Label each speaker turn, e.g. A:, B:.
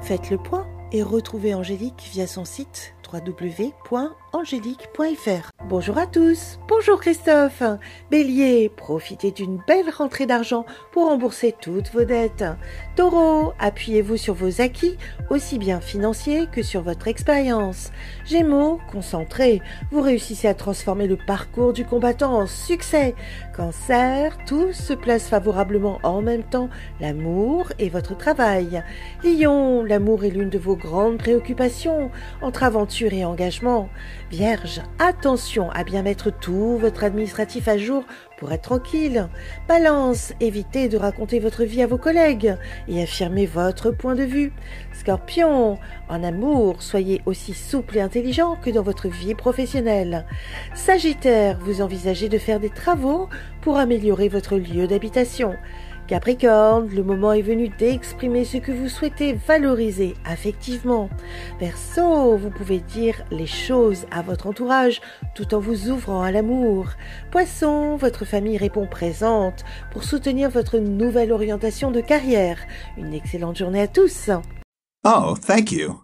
A: Faites le point et retrouvez Angélique via son site www.angélique.fr. Bonjour à tous, bonjour Christophe. Bélier, profitez d'une belle rentrée d'argent pour rembourser toutes vos dettes. Taureau, appuyez-vous sur vos acquis, aussi bien financiers que sur votre expérience. Gémeaux, concentrez, vous réussissez à transformer le parcours du combattant en succès. Cancer, tout se place favorablement en même temps, l'amour et votre travail. Lion, l'amour est l'une de vos grandes préoccupations entre aventure et engagement. Vierge, attention à bien mettre tout votre administratif à jour pour être tranquille. Balance, évitez de raconter votre vie à vos collègues et affirmez votre point de vue. Scorpion, en amour, soyez aussi souple et intelligent que dans votre vie professionnelle. Sagittaire, vous envisagez de faire des travaux pour améliorer votre lieu d'habitation. Capricorne, le moment est venu d'exprimer ce que vous souhaitez valoriser affectivement. Verseau, vous pouvez dire les choses à votre entourage tout en vous ouvrant à l'amour. Poisson, votre famille répond présente pour soutenir votre nouvelle orientation de carrière. Une excellente journée à tous.
B: Oh, thank you.